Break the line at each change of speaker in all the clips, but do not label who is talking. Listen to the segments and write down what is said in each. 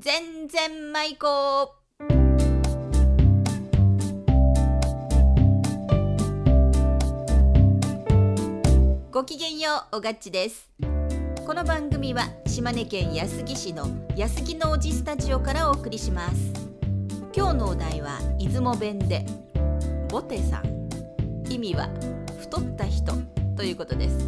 全然舞子ごきげんようおがっちですこの番組は島根県安来市の安来のおじスタジオからお送りします今日のお題は出雲弁でボテさん意味は太った人ということです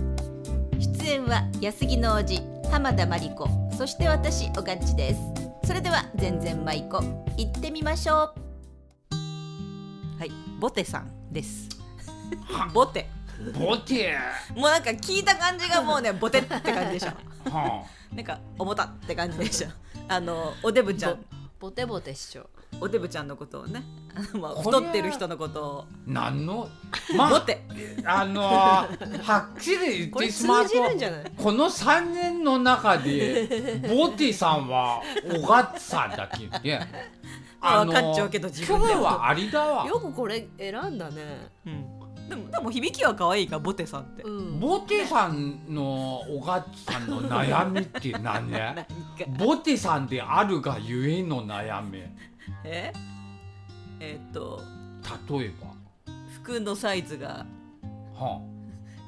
出演は安木のおじ浜田真理子そして私おがっちですそれでは全然舞子行ってみましょうはいボテさんです ボテ
ボテ
もうなんか聞いた感じがもうね ボテって感じでしょ
は
なんか重たって感じでしょあのおデブちゃん
ボテボテっしょ
おデブちゃんのことをねあの まあ
これ
太
は
ってる人のことを
あなんのま
ボテ
あのーはっきり言っ
これ
て
通
しまうと
じるんじゃない
この3年の中 でボテさんは小勝さんだけで
まあ分かっちゃうけど自分で
今日はありだわ
よくこれ選んだね
うんでもでも響きは可愛いからボテさんって
うん
ボテさんの小勝さんの悩みって 何ねボテさんであるがゆえの悩み例
ええーっと
え
服のサイズが
ばは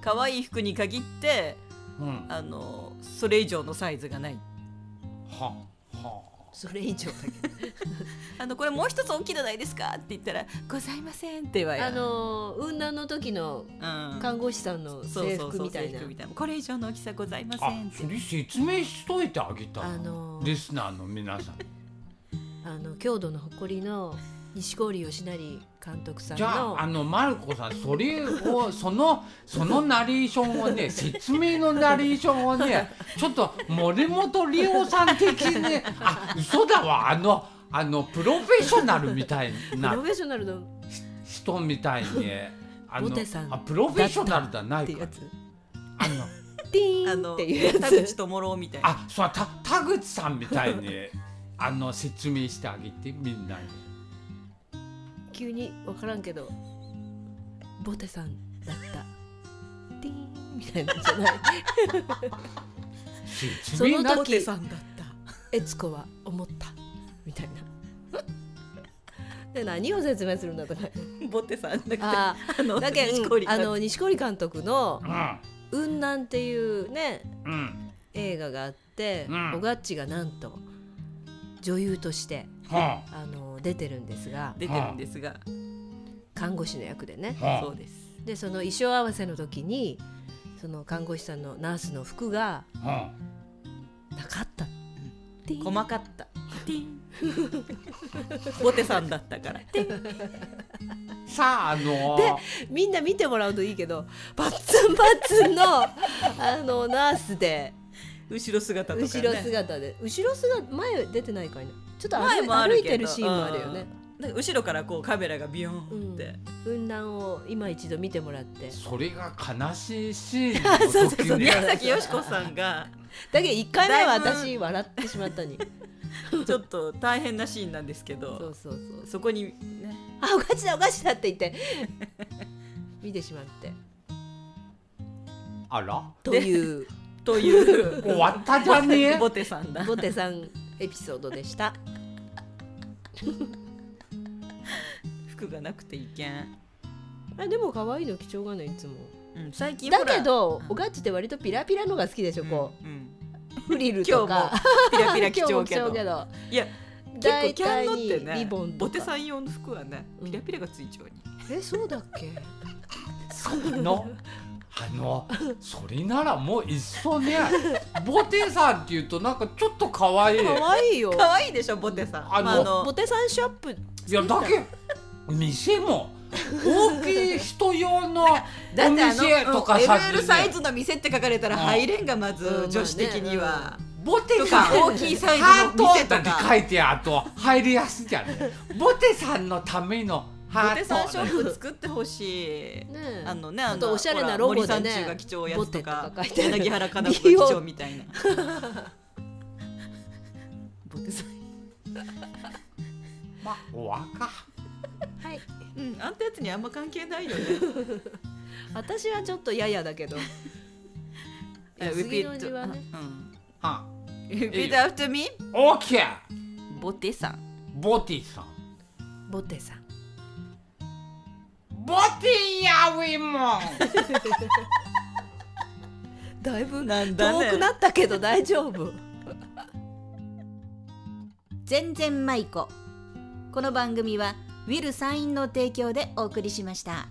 可愛い服に限って
あうん
あのそれ以上のサイズがない
はあは
それ以上だけ
あのこれもう一つ大きいのないですかって言ったら「ございません」って言われ
あのー雲南の時の
うん、
看護師さんの制服みたい
制
な
服みたいなこれ以上の大きさございま
あ
せんっ
そ
て
れ説明しといてあげたら
あのー
リスナーの皆さん
あの郷土の誇りの西郡義成監督さん
じゃああ
の
のマルコさんそれをその そのナレーションをね説明のナレーションをねちょっと森本理央さん的にあ嘘だわあのあのプロフェッショナルみたい
プロ
な
フェッショナルの
人みたいにあの
ボテさん
あプロフェッショナルじゃない
っていう
か
や
ら
つ
あの
ティ
あ
ーン
の
っていうや
田
つ
口智郎みたいな
あそうた田口さんみたいにあの説明してあげてみんなに
急に分からんけどボテさんだったティーンみたいなんじゃない
説
そ
明
の
な
ボテ
時
さんだった
悦子は思ったみたいな で何を説明するんだとか
ボテさんだった
あ
あの
あだけ
錦
ど
織
あの西織監督の
う
「雲南」っていうね
んうん
映画があって
うん
小がっちがなんと女優として
は
あの出てるんですが
出てるんですが、
看護師の役でね
あはあ
そうです
でその衣装合わせの時にその看護師さんのナースの服が
は
なかったっていう
細かったティンボテさんだったからティン
さああのー
みんな見てもらうといいけどバッツンバッツンのあのナースで
後ろ姿とか、ね、
後ろ姿で後ろ姿前出てないかいなちょっと
前
歩い
もある
歩い
けど
てるシーンもあるよね。
うんだから後ろからこうカメラがビヨーンって、
雲南を今一度見てもらって
それが悲しいシー ンの時に
宮崎美子さんが
だけど1回目は
だい
私
ぶ
笑ってしまったに
ちょっと大変なシーンなんですけど
そうそうそう
そこにね
あおかしだおかしだって言って見てしまって
あら
という
とい う
終わったじゃねえ
ボテさんだ
ボテさんエピソードでした
服がなくていけん、
あでも可愛いの貴重がないいつも
うん、最近
だけど
ほ
おがっちって割とピラピラのが好きでしょ
ら
こ
うんうん
うフリル
今
と
日も
か
ピラピラ貴
今日
重
も
けど
ど
いや結構
大
キャン
体
ド
に
ってね
リボンとか
ボテさん用の服はね
うん
ピラピラがついちゃうに、
えそうだっけ
そのあのそれならもういっそ ねボテさんっていうとなんかちょっと可愛い
可愛いよ
可愛いでしょボテさん
あの
まあ
ボテさんショップ
いやだけ店も大きい人用 のお店とかさ、
LL サイズの店って書かれたら入れんがまず、
うん
女子的には、
ボテ
と
さ
か
ん
大きいサイズの店と
ハートなんて
か
書いてあと入りやすいじゃんねボテさんのためのハ
ボテ
ー
さんショ
ト
ップ作ってほしい
ねえ
あのね
あ
あ
と
の
おしゃれなロゴでね
ほら森三中が貴重やつと
ボ
か
テとか書いてある
柳原かな子が貴重み たいなボテさん
まあお若
はい
うんあんたやつにあんま関係ないよね
私はちょっとややだけ ど
え
杉の字はね
うん
は
Repeat after me
オッケー
ボテさん
ボティさん
ボテさん
ボティやウィモン
だいぶ
なんだね
遠くなったけど大丈夫
全然舞子この番組はウィル・サインの提供でお送りしました。